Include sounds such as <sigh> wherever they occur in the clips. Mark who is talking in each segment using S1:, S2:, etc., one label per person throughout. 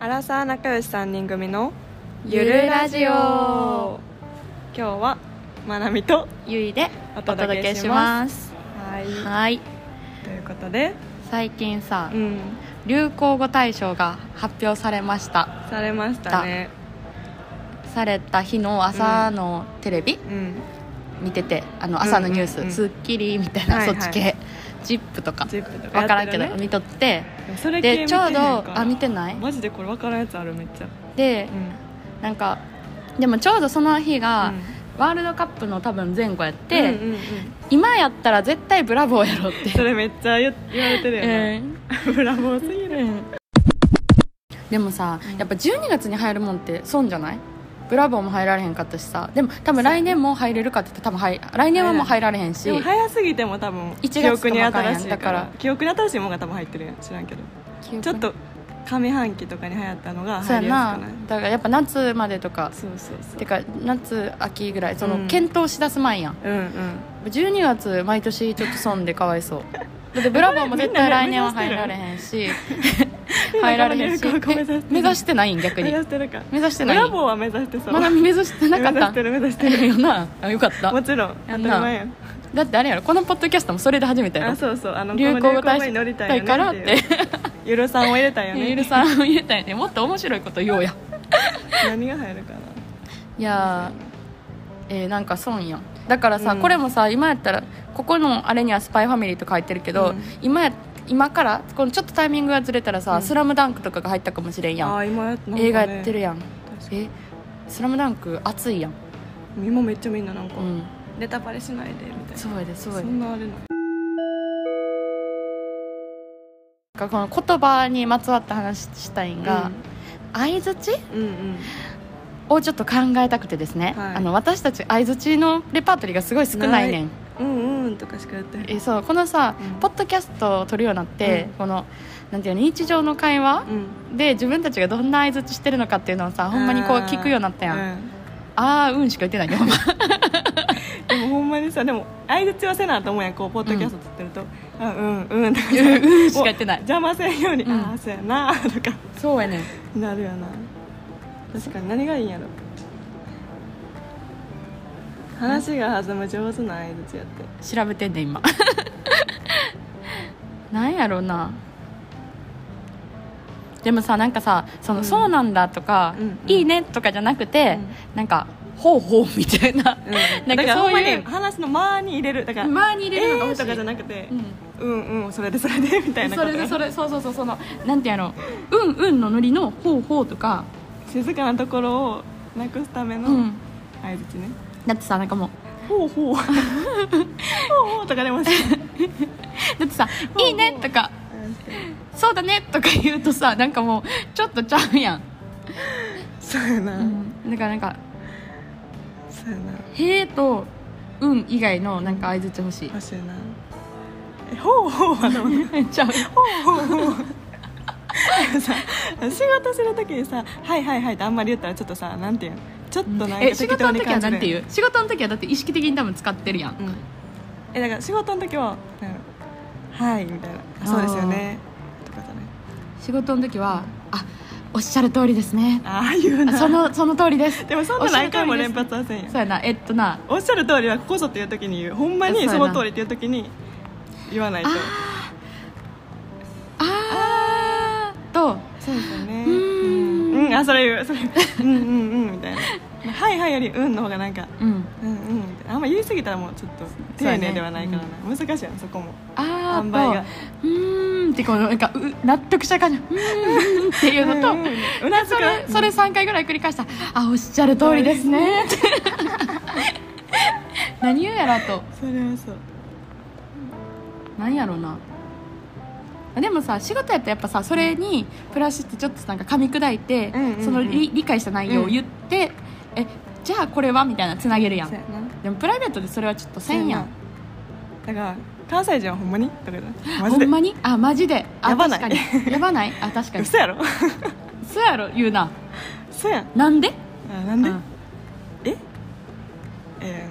S1: アラサー仲良し3人組の
S2: ゆるラジオ
S1: 今日はまなみと
S2: ゆいで
S1: お
S2: お
S1: 届
S2: 届
S1: け
S2: け
S1: し
S2: し
S1: ま
S2: ます
S1: はい
S2: はい
S1: ということで
S2: 最近さ、
S1: うん
S2: 流行語大賞が発表されました
S1: されましたね
S2: された日の朝のテレ
S1: う
S2: ビ
S1: ん
S2: 見てて、あの朝のニュー
S1: うんうんう
S2: ス「
S1: ん
S2: スッキリ」みたいな、
S1: はいはい
S2: そっち系「ジップとか
S1: ジップとか
S2: 分から
S1: や
S2: ん
S1: っ
S2: け
S1: て
S2: ど、
S1: るね
S2: 見とって
S1: それ系
S2: で
S1: 見
S2: ちょう
S1: てへん
S2: ど
S1: から
S2: あ見てない
S1: マジでこれ分からんやつあるめっちゃ
S2: で
S1: う、ん
S2: なんかでもちょうどその日が、
S1: うん
S2: ワールドカップの多分前後やって、
S1: うんうんうん
S2: 今やったら絶対ブラボーやろって
S1: それめっちゃ言言われてるよね
S2: う
S1: <laughs>
S2: ん
S1: ブラボーすぎる
S2: でもさ、
S1: うん
S2: やっぱ12月に入るもんって損じゃないブラボーも入られへんかったしさでも多分来年も入れるかって言ったら多分入来年はもう入られへんし、
S1: でも早すぎても多分
S2: 1
S1: 記憶に
S2: 月とかやん
S1: 新しい
S2: だ
S1: か
S2: からら
S1: 記憶に新しいもんが多分入ってるやん知らんけど
S2: 記憶
S1: ちょっと上半期とかに流行ったのが
S2: そう
S1: 入
S2: や
S1: りや
S2: な
S1: すくない
S2: だからやっぱ夏までとか
S1: そうそうそう
S2: てか夏秋ぐらいその、
S1: うん
S2: 検討しだす前やん
S1: うんうん
S2: 12月毎年ちょっと損でかわいそうだってブラボーも絶対来年は入られへん
S1: <laughs>
S2: し入られへんし
S1: みんなこの流行
S2: え
S1: 語目指
S2: 目指
S1: し
S2: してないん
S1: て
S2: 逆
S1: 目
S2: に
S1: 指してるか
S2: 目指して
S1: ブ
S2: ない
S1: ラボーは目指してそう
S2: まだ目指してなかっ
S1: 目指したてる目指して
S2: <laughs> ええ
S1: る
S2: よなあよかった
S1: もちろん当た
S2: や
S1: り
S2: んな
S1: 前やん
S2: だってあれやろこのポッドキャストもそれで初めてや
S1: あ
S2: ろ
S1: そうそうあの
S2: 流行
S1: この
S2: 語大
S1: 語
S2: 賞
S1: に乗りた
S2: だ
S1: いよ
S2: からっ
S1: ね
S2: て
S1: いうゆるさんを入れたよ
S2: <laughs> ゆ
S1: ね
S2: るさん言えたよねもっと面白いこと言おうや
S1: 何が入るかない
S2: やーえーなんか損やんだからさ、
S1: うん
S2: これもさ今やったらここのあれには「スパイファミリー」と書いてるけど、
S1: うん
S2: 今や今からこのちょっとタイミングがずれたらさ「
S1: うん
S2: スラムダンクとかが入ったかもしれんやん
S1: あー今やっなんかね
S2: 映画やってるやん
S1: 確かに
S2: えスラムダンク熱いやん
S1: 今めっちゃみんななんか
S2: うん
S1: ネタバレしないでみたいな
S2: そうやでそうや
S1: そ
S2: で
S1: んなあれな
S2: なんかこの言葉にまつわった話したいんが、相づち
S1: うんうん
S2: をちょっと考えたくてですね、
S1: はい
S2: あの私たち相づちのレパートリーがすごい少ないねん
S1: うんうんうんとかしかやってない
S2: えそうこのさ、
S1: うん
S2: ポッドキャストを撮るようになって、
S1: うん
S2: このなんていうの日常の会話
S1: うん
S2: で自分たちがどんな相づちしてるのかっていうのをさほんまにこう
S1: あー
S2: 聞くようになったやんあ
S1: うん
S2: あ <laughs> ーうんしか言ってないねほんま
S1: でもほんまにさでも相槌はせなと思うやんこうポッドキャスト撮ってると「あうんうん」とかさ
S2: うんしか言ってない
S1: 邪魔せんように「
S2: うん
S1: ああそうやな」とか
S2: そうやねん
S1: なるよな確かに何がいいんやろ話が弾む上手な相槌やって
S2: 調べてんねん今 <laughs> なんやろうなでもさなんかさ「その
S1: うん
S2: そうなんだ」とか、
S1: うん
S2: いいね」とかじゃなくて、なんか「ほうほう」みたいな
S1: うん
S2: なんか
S1: だからほんま
S2: そう
S1: に
S2: いう
S1: 話の間に入れるだから
S2: 間に入れるのが
S1: えー
S2: 欲しい
S1: とかじゃなくて
S2: う、ん
S1: うんうんそれでそれでみ <laughs> たいなこ
S2: そ
S1: と
S2: れ
S1: や
S2: でそれそうそうそうそのなんていうのうんうんのノリのほうほうとか、
S1: 静かなところをなくすため
S2: う
S1: の
S2: ん、
S1: 相槌ね、
S2: だってさなんかもう <laughs>
S1: ほうほうほうほうとかでもさ
S2: だってさ「
S1: うほう
S2: いいね」とか「そうだね」とか言うとさなんかもうちょっとちゃうやん、
S1: <laughs> そうやな、
S2: うん、だからなんか
S1: そうやな
S2: 「へえ」と「うん」以外のなんか相づち欲しい
S1: 欲しいなえほうほうはどう
S2: ちゃう
S1: ほうほうほうさ <laughs> 仕事する時にさ「はいはいはい」ってあんまり言ったらちょっとさなんていうんちょっとなんか
S2: <laughs> え
S1: 適
S2: 仕事
S1: 当
S2: の
S1: に
S2: 時は
S1: 感じ
S2: なん
S1: る
S2: ていう仕事の時はだって意識的に多分使ってるやん
S1: うんえだから仕事の時はなんやろはい」みたいなあ「そうですよね」とかじゃない
S2: 仕事の時は「あおっしゃる通りですね
S1: ああいう」
S2: あ
S1: な
S2: そのその通
S1: <laughs>
S2: りです
S1: でもそんな何回も連発はせんやん」
S2: そうやなえっとな
S1: おっしゃる通りはここぞっていう時に言うほんま
S2: そう
S1: に
S2: や
S1: そ
S2: な
S1: の通りっていう時に言わないと
S2: あーと
S1: そうですよね
S2: う
S1: う
S2: ーん
S1: ん、うん、あそれ言うそれ言ううんうんうんみたいな「はいはい」より「うん」の方がなんか
S2: う
S1: 「
S2: ん
S1: うんうん」みたいなあんま言い過ぎたらもうちょっと丁寧ではないからな、難しいよそこも
S2: あ
S1: 塩
S2: ー
S1: 梅
S2: と
S1: が
S2: うーんってこのなんかう納得した感じうーんっていうのと、
S1: うんうんうなず
S2: そ
S1: く
S2: れそれ3回ぐらい繰り返したあおっしゃる通りですねって何言うやらと
S1: それはそう
S2: 何やろうなあでもさ仕事やったらやっぱさそれにプラスしてちょっとなんか噛み砕いて、
S1: うんうんうん
S2: その理理解した内容を言って、えじゃあこれはみたいなつなげるや
S1: そうや
S2: ん
S1: な
S2: でもプライベートでそれはちょっとせんやん
S1: だから関西人はほんまにとかじゃないマジ
S2: ほ
S1: で
S2: んまにあマジであ
S1: やばない
S2: 確かにやばないあ確かに
S1: 嘘やろ
S2: そうやろ言うな
S1: 嘘やん
S2: なんで
S1: あなんで、
S2: うん
S1: ええ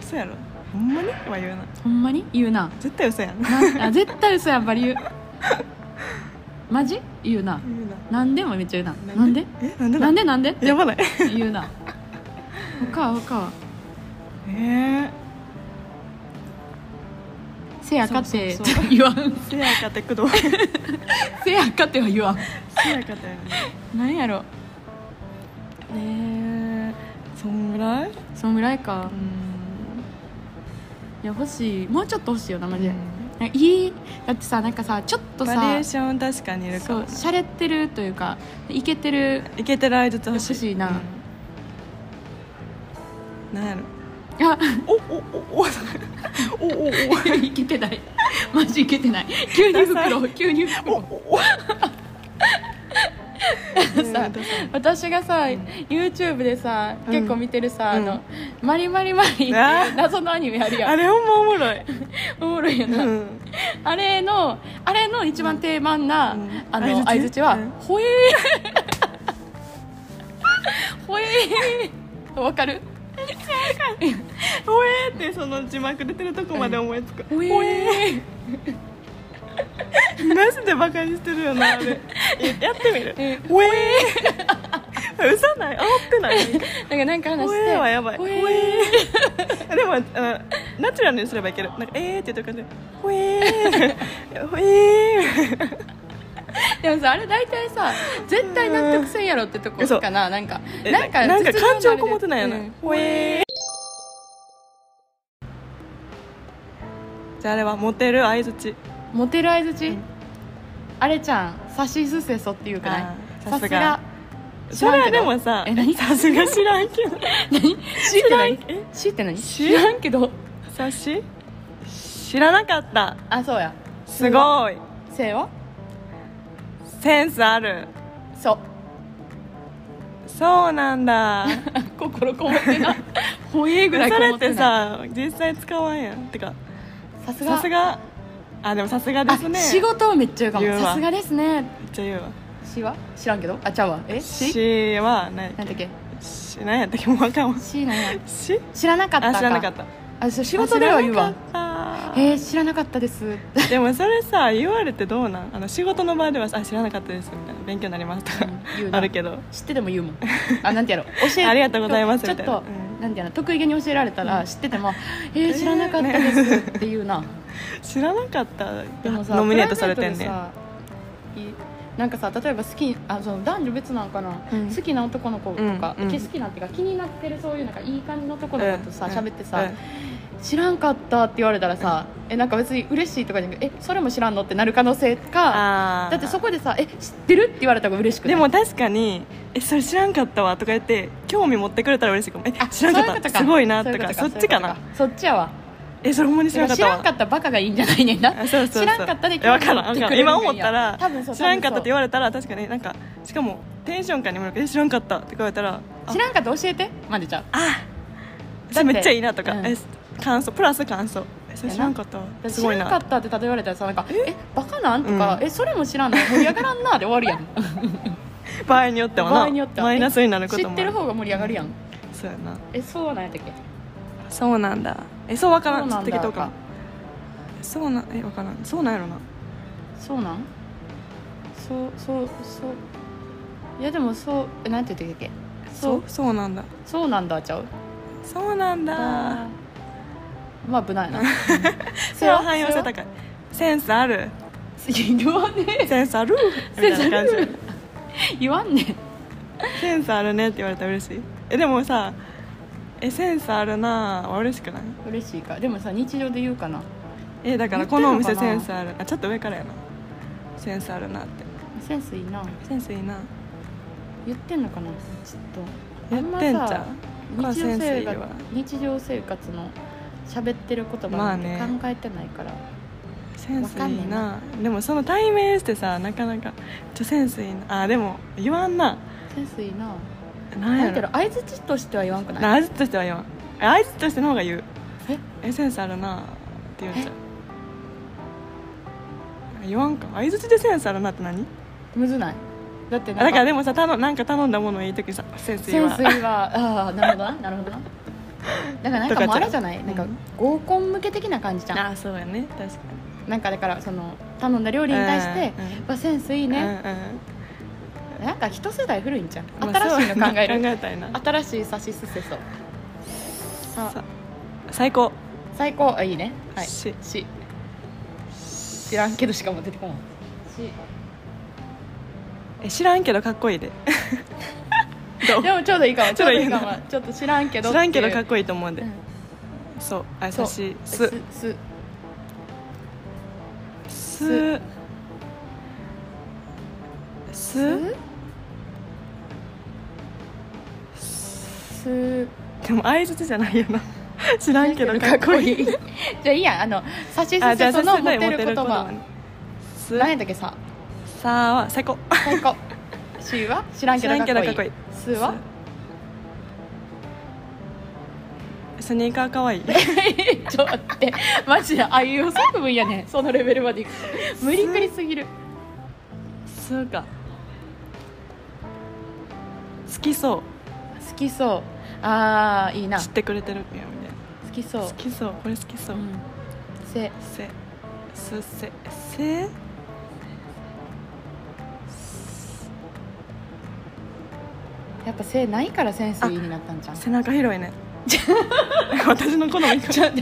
S1: ー、嘘やろほんまには言うな
S2: ほんまに言うな
S1: 絶対嘘やん
S2: <laughs> なんあ絶対嘘やんばり言うマジ言うな
S1: 言うな
S2: なんでもめっちゃ言うななんで
S1: えなんで
S2: なん
S1: で
S2: でなんでって
S1: やばない
S2: 言うな他は他は
S1: えー、
S2: せやかって
S1: そうそうそ
S2: 言わん
S1: せやかて工藤
S2: せやかっては言わん
S1: せやかて
S2: なんやろ
S1: えー、そんぐらい
S2: そんぐらいか
S1: ん
S2: いや欲しいもうちょっと欲しいよなマジで、なんかいいだってさなんかさちょっと
S1: バ
S2: さ
S1: リエーション確かにいるか
S2: そう
S1: も
S2: 洒落てるというかいけてる
S1: いけてる相槌欲しい
S2: 欲しいな
S1: うん、なんやろ
S2: あ
S1: おおおお
S2: <laughs>
S1: おおお
S2: いけてないマジいけてない急に
S1: ダ
S2: 袋急に
S1: お
S2: 袋
S1: おお
S2: さ <laughs> 私がさ、YouTube でさ
S1: うん
S2: 結構見てるさ、
S1: うん
S2: あの「マリマリマリ」っていう
S1: あー
S2: 謎のアニメあるや
S1: あ
S2: ん
S1: れほんまおもろい、
S2: おもろいよな、
S1: うん
S2: あれのあれの一番定番な、
S1: うん
S2: あの相
S1: 相
S2: づ
S1: 槌
S2: ちは
S1: うん
S2: 「ほえー」「ほえー」わかる
S1: ほえーってその字幕出てるとこまで思いつく、
S2: ほえ
S1: ほえー
S2: ー
S1: マジでバカにしてるよ
S2: <laughs>
S1: なあれえやってみる
S2: え
S1: ほえー嘘ない煽ってない
S2: なんかなんか話し
S1: ほ
S2: て
S1: えーはやばい
S2: ほえー
S1: ほでもあのナチュラルにすればいけるなんかえーって言ってる感じでほえ
S2: <laughs>
S1: ーほえー
S2: でもさあれ大体さ絶対納得せんやろってとこかななんか
S1: え
S2: なんか
S1: なんか
S2: 絶妙
S1: 感
S2: あれ
S1: 情
S2: で
S1: こもってないよな、
S2: うん
S1: ほえーじゃああれはモテる相づち
S2: モテる相づち、
S1: うん
S2: あれちゃんさしすせそって言うくない
S1: あー
S2: さ
S1: さ
S2: す
S1: す
S2: が
S1: が
S2: 知
S1: それ
S2: らん
S1: は
S2: けど
S1: でもさ
S2: え何
S1: さすが知らんけ
S2: <laughs>
S1: ど
S2: 何知って何
S1: え
S2: 知って何
S1: 知
S2: 知らんけど
S1: さし知らなかった
S2: あそうや
S1: すごい
S2: せは
S1: センスある
S2: そう
S1: そうなんだ
S2: <laughs> 心こもってなほえー <laughs> ぐ
S1: そ
S2: らいこ
S1: れ
S2: も
S1: っ
S2: って
S1: て
S2: ない
S1: さ実際使わんやんてか
S2: さすが
S1: さすがあでもさすがですね
S2: あ仕事はめっちゃ言うか
S1: 言
S2: も
S1: うわ
S2: さすがですね
S1: めっちゃ言うわ
S2: しは知らんけどあちゃうわえし
S1: しはない
S2: なんだっけ
S1: しなんやったっけもうわかんわ
S2: しなんや
S1: し
S2: 知らなかった
S1: あ
S2: か
S1: 知らなかった
S2: あそう仕事では言うわ
S1: あ知らなか
S2: えー、知らなかった <laughs> です
S1: ったでもそれさ言われてどうなんあの仕事の場ではさあ知らなかったですみたいな勉強になりました
S2: うん言うな
S1: あるけど
S2: 知ってても言うもんあなん
S1: <laughs>
S2: てやろ教え
S1: ありがとうございます
S2: ちょっと
S1: みたいなうん
S2: なんてやろ得意げに教えられた
S1: う
S2: ら
S1: ん
S2: 知ってても「えー、知らなかったです」って言
S1: <laughs>
S2: うな
S1: 知らなかった
S2: でもさ
S1: ノミネートされてん
S2: プ
S1: ね
S2: ライベートでさいなんかさ例えば好きあその男女別なんかな、
S1: うん
S2: 好きな男の子とか、
S1: うんうん
S2: 好きなっていうか気になってるそういうなんかいい感じの男の子とさ
S1: うん
S2: 喋、ってさ、
S1: うん
S2: 知らんかったって言われたらさ、えなんか別に嬉しいとかじゃなくてえそれも知らんのってなる可能性か
S1: あー
S2: だってそこでさ「え知ってる?」って言われた方が嬉しくな
S1: で
S2: い
S1: も確かに「えそれ知らんかったわ」とか言って興味持ってくれたら嬉しいかも「え知らんかった
S2: そういうこと
S1: すごいな」と
S2: そういうこ
S1: か
S2: と
S1: そっちかな
S2: そういうことかそっちやわ
S1: えそれほんまに知らんかっ
S2: 知
S1: た
S2: ら
S1: わ
S2: んかったバカがいいんじゃないねんな
S1: あそうそうそう
S2: 知らんかったで
S1: えわからんわからん今思ったら
S2: 多分そう
S1: 知らんかったって言
S2: わ
S1: われたら確かになんかしかもテンション感にもよるけどえ知らんかった」って言われたら「あ
S2: 知らんかった教えてまでちゃん
S1: あ
S2: だって
S1: それめっちゃいいな」とか
S2: う
S1: 「
S2: ん
S1: え感想プラス感想えそれ知らんかったわす
S2: 知
S1: ご
S2: ら
S1: い
S2: んか
S1: な
S2: ったって例え言われたらさなんかえバカなんとか
S1: うん
S2: えそれも知らんの盛り上がらんなで終わるや
S1: <laughs>
S2: ん
S1: 場合によってはな
S2: 場合によっては
S1: マイナスになるこ
S2: 知
S1: と
S2: っ
S1: も
S2: て
S1: あ
S2: る
S1: る
S2: 方が盛り上がるやん
S1: そうやな
S2: えそうなんやったっけ
S1: そうなんだえそうわから
S2: そうん
S1: ち
S2: な
S1: ょ
S2: ん
S1: っ
S2: だ
S1: と適当かもそうなんえわからんそうなんやろな
S2: そうなんそうそうそういやでもそうえなんて言ったっけそ
S1: そううそうなんだ
S2: そうなんだちゃう
S1: そうなんだ
S2: まあ
S1: <laughs>
S2: 無難やな
S1: それは汎用性高いセンスある
S2: 言わねえ
S1: センスあ
S2: <laughs>
S1: るみたいな感じ
S2: 言わんね
S1: センスあるねって言われたら嬉しいえでもさえセンスあるなあ嬉しくない
S2: え嬉しいかでもさ日常で言うかな
S1: えだからこのお店
S2: 言って
S1: セ
S2: んの
S1: ン
S2: か
S1: スあるあちょっと上からやなセンスあるなって
S2: センスいいな
S1: センスいいな
S2: 言ってんのかなちょっと
S1: 言ってんじ
S2: あ
S1: ゃ
S2: さ
S1: んまあ
S2: 日常
S1: センス
S2: 生
S1: いい
S2: 活
S1: わ
S2: 日常生活の喋ってる言葉
S1: ま
S2: な
S1: あ
S2: んて
S1: ね
S2: 考えてないから、
S1: センス
S2: わかん
S1: い
S2: ね
S1: い
S2: えな
S1: なでもその対面してさなかなかちょセンスいいなあでも言わんな
S2: センスいいな
S1: なん
S2: なん
S1: や
S2: て
S1: ろ
S2: ろ相づちとしては言わんくない
S1: なあずとしては言わんえあいつとしての方が言う
S2: え
S1: えセンスあるなって言っちゃう言わんか相づちでセンスあるなって何
S2: むずないだって
S1: あ
S2: なん
S1: だからでもさ頼なんか頼んだものをいい時さセンスいい
S2: セン
S1: わ
S2: スいいわああなるほどななるほどなだからなんかもうあれじゃない
S1: と
S2: な
S1: かちゃ
S2: ん
S1: う
S2: か合コン向け的な感じじゃん
S1: あそうやね確かに
S2: なんかだからその頼んだ料理に対して
S1: うんうん
S2: 「わセンスいいね
S1: うんうん」
S2: なんか一世代古いんじゃん
S1: まあ
S2: 新しいの考え
S1: そう <laughs>
S2: る
S1: 考えたいな
S2: 新しいさしすせそさ
S1: さ最高
S2: 最高あいいねはい
S1: し
S2: し知らんけどしかも出てこないし
S1: え知らんけどかっこいいでどう
S2: でもちょうどいいかもち
S1: ち
S2: ょ
S1: ょ
S2: う
S1: う
S2: ど
S1: ど
S2: い
S1: い
S2: い
S1: い
S2: か
S1: な
S2: もちょっと知らんけど
S1: 知らんけどかっ
S2: こ
S1: こいいと思うんで、
S2: うん
S1: そうあ
S2: そう
S1: さし
S2: す
S1: す
S2: す
S1: すす
S2: す
S1: でも相槌じゃないよ <laughs> な知らんけどかっこいい
S2: <laughs> じゃあいいやんあのさしすせそのモテる言葉
S1: ねす
S2: 何やったっけさ
S1: さあは最高
S2: 最高しは知らんけ
S1: 知
S2: ど
S1: らんけど
S2: か
S1: か
S2: っ
S1: っこ
S2: こい
S1: いい
S2: いすは <laughs>
S1: スニーカーかわいい
S2: ちょっと待ってマジであいう作文やねんそのレベルまでいくと無理くりすぎる
S1: すか好きそ
S2: 好きそうあーいいな
S1: う知ってくれてるんやみたい
S2: 好きそう
S1: な好きそうこれ好きそうう、
S2: んせ
S1: せすせせ
S2: やっぱ背ないからセンスいいになったんじゃん
S1: 背中広いね <laughs> 私の好
S2: <laughs>
S1: みか
S2: ちょっと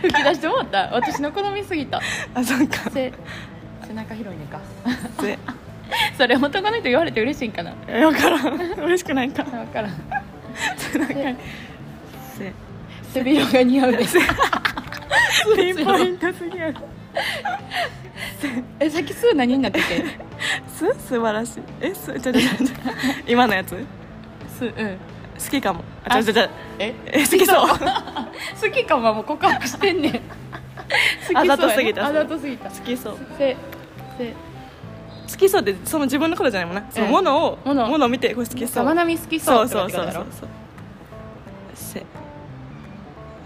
S2: 吹き出して思った私の好みすぎた
S1: あそうか
S2: 背背中広いねんか
S1: せ
S2: それ男の人言われて嬉しいんかな
S1: え分からん嬉しくないか
S2: 分からん
S1: 背中せ
S2: 背広が似合う <laughs> です
S1: ピンポイントすぎる
S2: <laughs> えさっきすー何になってて
S1: す素晴らしいえすちょちょちょちょ今のやつ
S2: すうん
S1: 好きかも
S2: あ
S1: あちょちょちょ
S2: え
S1: え好きそう
S2: 好きかももう告白してんねん好きそうや
S1: <laughs>
S2: ね
S1: あざとすぎた
S2: <laughs> あざとすぎた
S1: 好きそう
S2: せせ
S1: 好きそうってその自分のことじゃないもんなそのものをも
S2: 物
S1: のを見てこれ好きそ
S2: ま
S1: う
S2: なみ好きそ
S1: そうう
S2: って
S1: そ
S2: こと
S1: うそう
S2: だ
S1: そ
S2: ろ
S1: うそうせ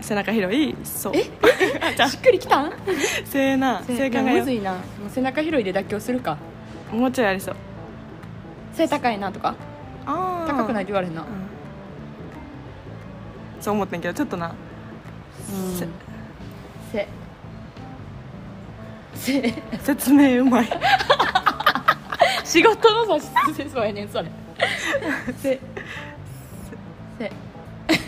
S1: 背中広いそうえじゃあ
S2: しっくりきたん
S1: せーなせー考
S2: むず
S1: えよ
S2: いなもう背中広いで妥協するか
S1: うもうちょいありそう
S2: 背高いなとか
S1: あ
S2: 高くないいって言われんな
S1: そう思ってんけどちょっとな
S2: うん
S1: せ
S2: せせ
S1: 説明うま <laughs> い
S2: 仕事のさしそうやねんそれせせ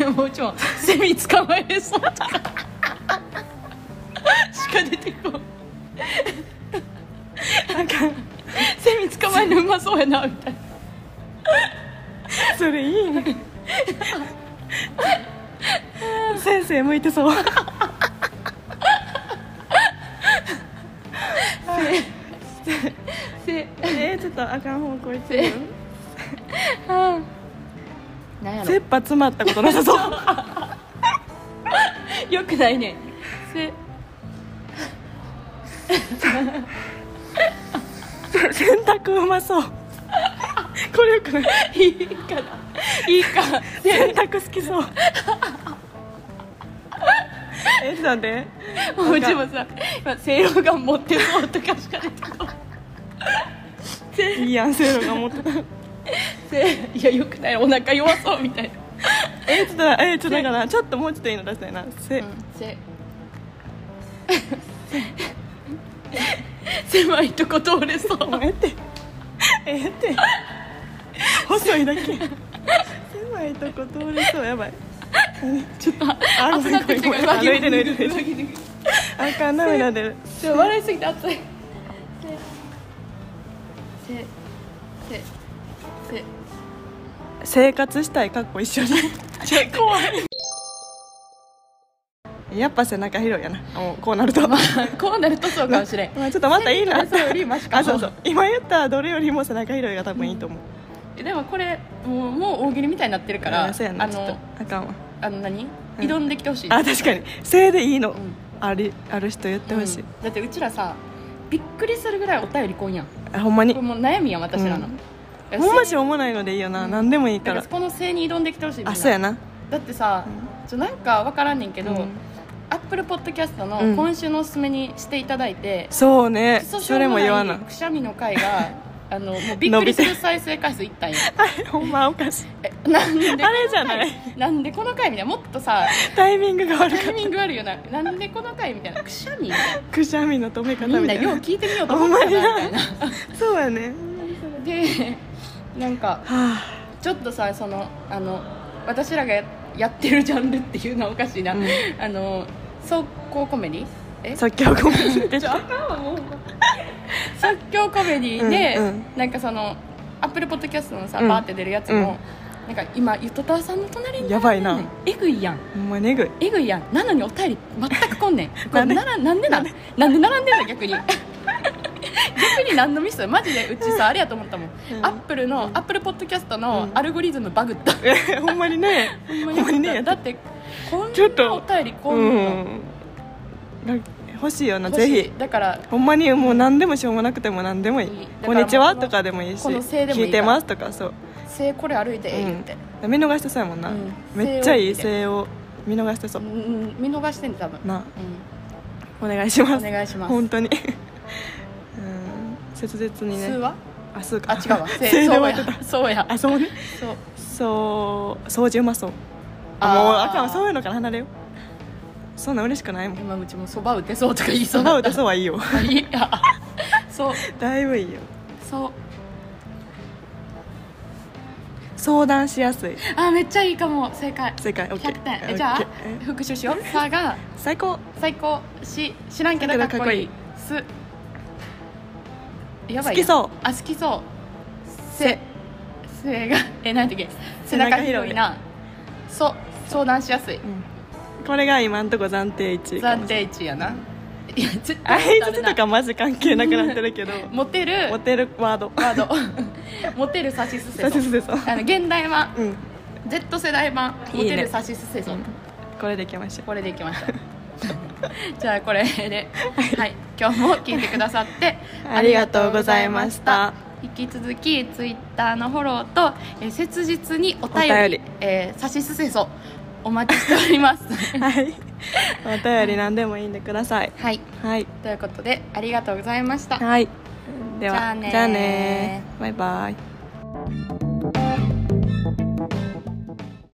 S2: せもうちょんセミ捕まえそうとかしか出てこん
S1: なんか
S2: セミ捕まえるのうまそうやなみたいな
S1: それいいね先生向いてそう
S2: せ
S1: <laughs> えー、ちょっとあかん方向行って
S2: せ
S1: る
S2: うんなんやろ
S1: 切羽詰まったことなさそう <laughs>
S2: よくないねせ
S1: 洗濯うまそうこれよくない
S2: いいかないいか
S1: 洗濯好き <laughs> そうえー、ちょっと待って
S2: もうちもさ今正露丸持ってそうとかしか出てこない
S1: いいやんせいろが思ってた
S2: せいやよくないお腹弱そうみたいな
S1: えー、ちょっとえー、ちょっとだからちょっともうちょっといいの出したいなせ、
S2: せ狭いとこ通れそう
S1: もうええってええって細いだけ狭いとこ通れそうやばい
S2: ちょっと
S1: あ
S2: 暑なってきて
S1: ごめん
S2: から
S1: ごめん
S2: 上着
S1: 脱いで脱いで
S2: 脱いで
S1: あかん涙出る
S2: ちょっと笑いすぎて暑いせせせ
S1: 生活したいかっこ一緒に
S2: せ怖い
S1: やっぱ背中広いやなもうこうなると、ま
S2: こうなるとそうかもしれん
S1: あ、ちょっとまたいいな
S2: 背中よりマシかも
S1: あそうそう今言ったどれよりも背中広いが多分いいと思う、
S2: えでもこれもうもう大喜利みたいになってるから
S1: うんそうやな
S2: あ
S1: ちょっ
S2: の
S1: とあかんわ
S2: あの何
S1: うん
S2: 挑んできてほしい、
S1: あ確かにせいでいいの、
S2: ん
S1: ありある人言ってほしい、
S2: うんだってうちらさびっくりするぐらいお便り来んやんこ
S1: あほんまに
S2: れもう悩みやん私らの、
S1: うん
S2: だから
S1: ほんましょうもないのでいいよな、
S2: うん
S1: 何でもいいか
S2: だから
S1: ら
S2: そこの性に挑んできてほしいみんな
S1: あそうやな
S2: だってさ、ちょなんか分からんねんけど、
S1: うん
S2: アップルポッドキャストの
S1: うん
S2: 今週のおすすめにしていただいて、
S1: そうね
S2: クソしょ
S1: そうれ
S2: も <laughs>
S1: も言わな
S2: な
S1: い <laughs>
S2: いくしゃみの回があのもうびっくりする再生回数いったんよ
S1: あれほんまおかしい
S2: えなんでこの回
S1: あれじゃない
S2: なんでこの回みたいなもっとさ
S1: タイミングが悪
S2: タ
S1: かっ
S2: イミングあるよななんでこの回みたいなくしゃみみたい
S1: たくしゃみの止め方
S2: なみん
S1: み
S2: な
S1: たい
S2: よう
S1: な
S2: 聞いてみようと思った
S1: <laughs>
S2: よなみたいな
S1: そうやね
S2: でなんか
S1: は
S2: ちょっとさそのあの私らがややってるジャンルっていうのはおかしいな、
S1: あ、うん、
S2: あの即興コメディえ
S1: 即興コメディで
S2: <laughs> ち
S1: し
S2: ょ
S1: ょ
S2: あかんわもう即興コメディで、
S1: うんうん
S2: なんかそのアップルポッドキャストのさ、
S1: うん
S2: バーって出るやつも、なんか今ゆとたわさんの隣に
S1: やばいな
S2: えぐいやん
S1: ほんまねぐい <laughs>
S2: えぐいやんなのにお便り全く来んねんこれ
S1: なんで
S2: ならなんでなんなんで並んでんの逆に
S1: <laughs>
S2: 逆に何のミスマジでうちさあれやと思ったもん、
S1: うん
S2: アップルの、アップルポッドキャストの
S1: うん
S2: アルゴリズムバグった、
S1: えほんまにね
S2: ほ
S1: ほんまにね
S2: だってこん
S1: ちょっ
S2: な
S1: と
S2: お便り来
S1: うん
S2: の、
S1: んなんか欲しいよな
S2: 欲し
S1: ぜ
S2: い
S1: ひ
S2: だから
S1: ほんまにもう何でもしょうもなくても何でもいい
S2: いい
S1: 「こんにちは」
S2: だからもうこ
S1: とかでもい
S2: の
S1: いし
S2: このせいでもいい
S1: 聞いてます」とかそう
S2: 「せいこれ歩いてええ」言って、
S1: 見逃してそうやもんな、
S2: うん
S1: めっちゃいい
S2: せ
S1: 性を見逃してそうう、
S2: ん、見逃してんね多分、
S1: な
S2: う
S1: お願いしま
S2: ん、
S1: す
S2: お願いします
S1: 本
S2: <laughs>
S1: 当にうん切実に
S2: 数
S1: ね
S2: は
S1: あそう
S2: あ
S1: か
S2: 違
S1: <laughs>
S2: うわせい
S1: せいで終
S2: そう
S1: わって
S2: や
S1: た
S2: そうや
S1: あそうね
S2: そう
S1: そう掃除うまそうあ
S2: あー
S1: もうあかんそういうのから離れよそんなん嬉しくないもん
S2: 今うちもそば打てそうとか言いそ
S1: そう
S2: だ
S1: ば
S2: っ
S1: 打
S2: た
S1: てそうはいいよ <laughs>
S2: いや <laughs> そう
S1: だいぶいいよ
S2: そう
S1: 相談しやすい
S2: あめっちゃいいかも正解
S1: 正解 OK
S2: 100点えじゃあ
S1: OK
S2: 復習しよう「さ」が
S1: 最高
S2: 最高し知らんけどかっこいい「す」やばいやん
S1: 好きそう
S2: あ好きそう「せ」「せ」が <laughs> えなんていうっけ背
S1: 背
S2: 中
S1: 中
S2: 広
S1: 広
S2: い
S1: い
S2: な「そ」相談しやすい
S1: うんこれが今んとこ暫定1位かも
S2: 暫定一位やないや絶
S1: あ
S2: 対
S1: い
S2: 当たる
S1: つ
S2: な
S1: とかマジ関係なくなってるけど
S2: モテる
S1: モテるワード
S2: ワード
S1: <laughs>
S2: モテるサシスセ
S1: 大
S2: ソ
S1: 切です
S2: あの現代版
S1: うん
S2: Z 世代版
S1: い
S2: モ
S1: いね
S2: テるサシスセソ
S1: これでいきましょう
S2: これでいきました <laughs> じゃあこれで、はい、今日も聞いてくださって
S1: <laughs> ありがとうございました
S2: 引き続きツイッターのフォローと、えー切実にお便り
S1: お便り
S2: えー、サシスセソお待ちしてお
S1: <laughs>
S2: ります
S1: はいお便り何でもいいんでください
S2: はい
S1: はい
S2: ということでありがとうございました
S1: はいでは
S2: じゃあねー
S1: じゃあねーバイバイ